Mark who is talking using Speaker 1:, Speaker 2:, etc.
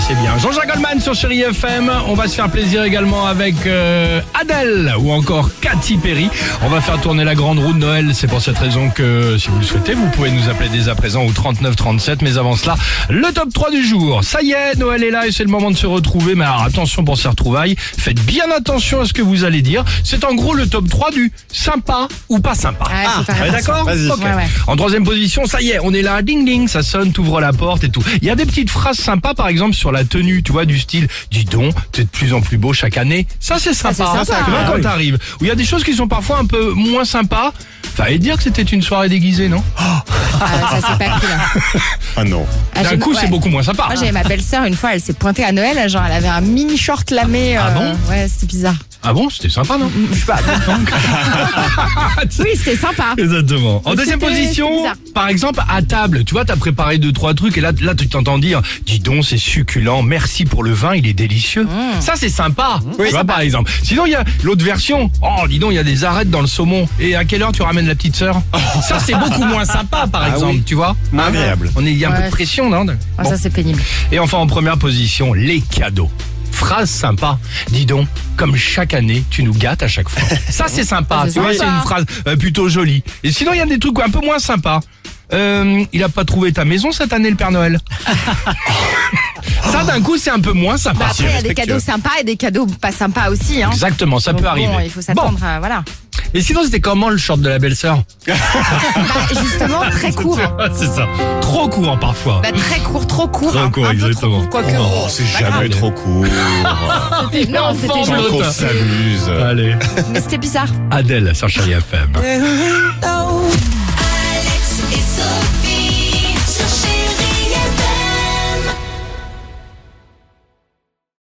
Speaker 1: c'est bien. Jean-Jacques Goldman sur Chéri FM. On va se faire plaisir également avec euh, Adèle ou encore Katy Perry. On va faire tourner la grande roue de Noël. C'est pour cette raison que, si vous le souhaitez, vous pouvez nous appeler dès à présent au 3937. Mais avant cela, le top 3 du jour. Ça y est, Noël est là et c'est le moment de se retrouver. Mais alors, attention pour ces retrouvailles. Faites bien attention à ce que vous allez dire. C'est en gros le top 3 du sympa ou pas sympa.
Speaker 2: Ouais, faut faire
Speaker 1: Ah, on est
Speaker 2: attention.
Speaker 1: d'accord
Speaker 3: Vas-y.
Speaker 1: Ok.
Speaker 2: Ouais, ouais.
Speaker 1: En troisième position, ça y est, on est là, ding ding, ça sonne, t'ouvres la porte et tout. Il y a des petites phrases sympas, par exemple, sur la tenue, tu vois, du style, dis donc, t'es de plus en plus beau chaque année. Ça, c'est sympa.
Speaker 2: c'est
Speaker 1: hein,
Speaker 2: sympa,
Speaker 1: tu vois,
Speaker 2: hein.
Speaker 1: quand t'arrives. Ou il y a des choses qui sont parfois un peu moins sympas. Fallait dire que c'était une soirée déguisée, non
Speaker 2: Ah, ça c'est pas cool. hein.
Speaker 3: Ah non.
Speaker 2: Ah,
Speaker 1: D'un
Speaker 2: j'ai-
Speaker 1: coup,
Speaker 2: ouais. Ah,
Speaker 1: c'est beaucoup moins sympa.
Speaker 2: Moi j'avais ma belle-sœur une fois, elle s'est pointée à Noël, genre elle avait un mini short lamé.
Speaker 1: Ah
Speaker 2: euh, Ouais, c'était bizarre.
Speaker 1: Ah bon, c'était sympa, non
Speaker 2: Je sais pas.
Speaker 1: Donc-
Speaker 2: Oui, c'était sympa.
Speaker 1: Exactement. En
Speaker 2: C'était-
Speaker 1: deuxième position,
Speaker 2: c'était bizarre.
Speaker 1: par exemple, à table, tu vois, t'as préparé deux, trois trucs et là, là tu t'entends dire, dis donc, c'est succulent, merci pour le vin, il est délicieux.
Speaker 2: Mmh.
Speaker 1: Ça, c'est sympa. Tu vois, par exemple. Sinon, il y a l'autre version. Oh, dis donc, il y a des arêtes dans le saumon. Et à quelle heure tu ramènes la petite sœur Ça, c'est beaucoup moins sympa, par exemple, tu vois.
Speaker 3: Moins agréable.
Speaker 1: On est, il y a un peu
Speaker 2: Ah Ouais.
Speaker 1: de pression, non
Speaker 2: Ah,
Speaker 1: Bon.
Speaker 2: Ça c'est pénible.
Speaker 1: Et enfin, en première position, les cadeaux. Phrase sympa. Dis donc, comme chaque année, tu nous gâtes à chaque fois. Ça, c'est sympa.
Speaker 2: C'est
Speaker 1: Tu vois,
Speaker 2: sympa.
Speaker 1: c'est une phrase euh, plutôt jolie. Et sinon, il y a des trucs un peu moins sympas. Euh, il a pas trouvé ta maison cette année, le Père Noël. Ça, d'un coup, c'est un peu moins sympa.
Speaker 2: Bah, Après, il y a des
Speaker 3: respectueux.
Speaker 2: cadeaux sympas et des cadeaux pas sympas aussi. Hein.
Speaker 1: Exactement, euh, ça
Speaker 2: Donc,
Speaker 1: peut
Speaker 2: bon,
Speaker 1: arriver.
Speaker 2: il faut s'attendre à. Voilà.
Speaker 1: Bon, et sinon, c'était comment le short de la belle-sœur
Speaker 2: Bah, justement, très court.
Speaker 1: C'est ça. Trop court parfois.
Speaker 2: Bah, très court, trop court.
Speaker 1: Trop
Speaker 2: un-
Speaker 1: court,
Speaker 2: un peu trop
Speaker 1: exactement.
Speaker 2: court, quoique.
Speaker 3: Oh, c'est jamais trop court.
Speaker 2: C'était- Non, c'était
Speaker 1: Enfant,
Speaker 2: joli.
Speaker 3: Tant qu'on
Speaker 1: L'autre.
Speaker 3: s'amuse.
Speaker 2: Bah,
Speaker 1: Allez,
Speaker 2: Mais c'était bizarre.
Speaker 1: Adèle sur Chérie FM.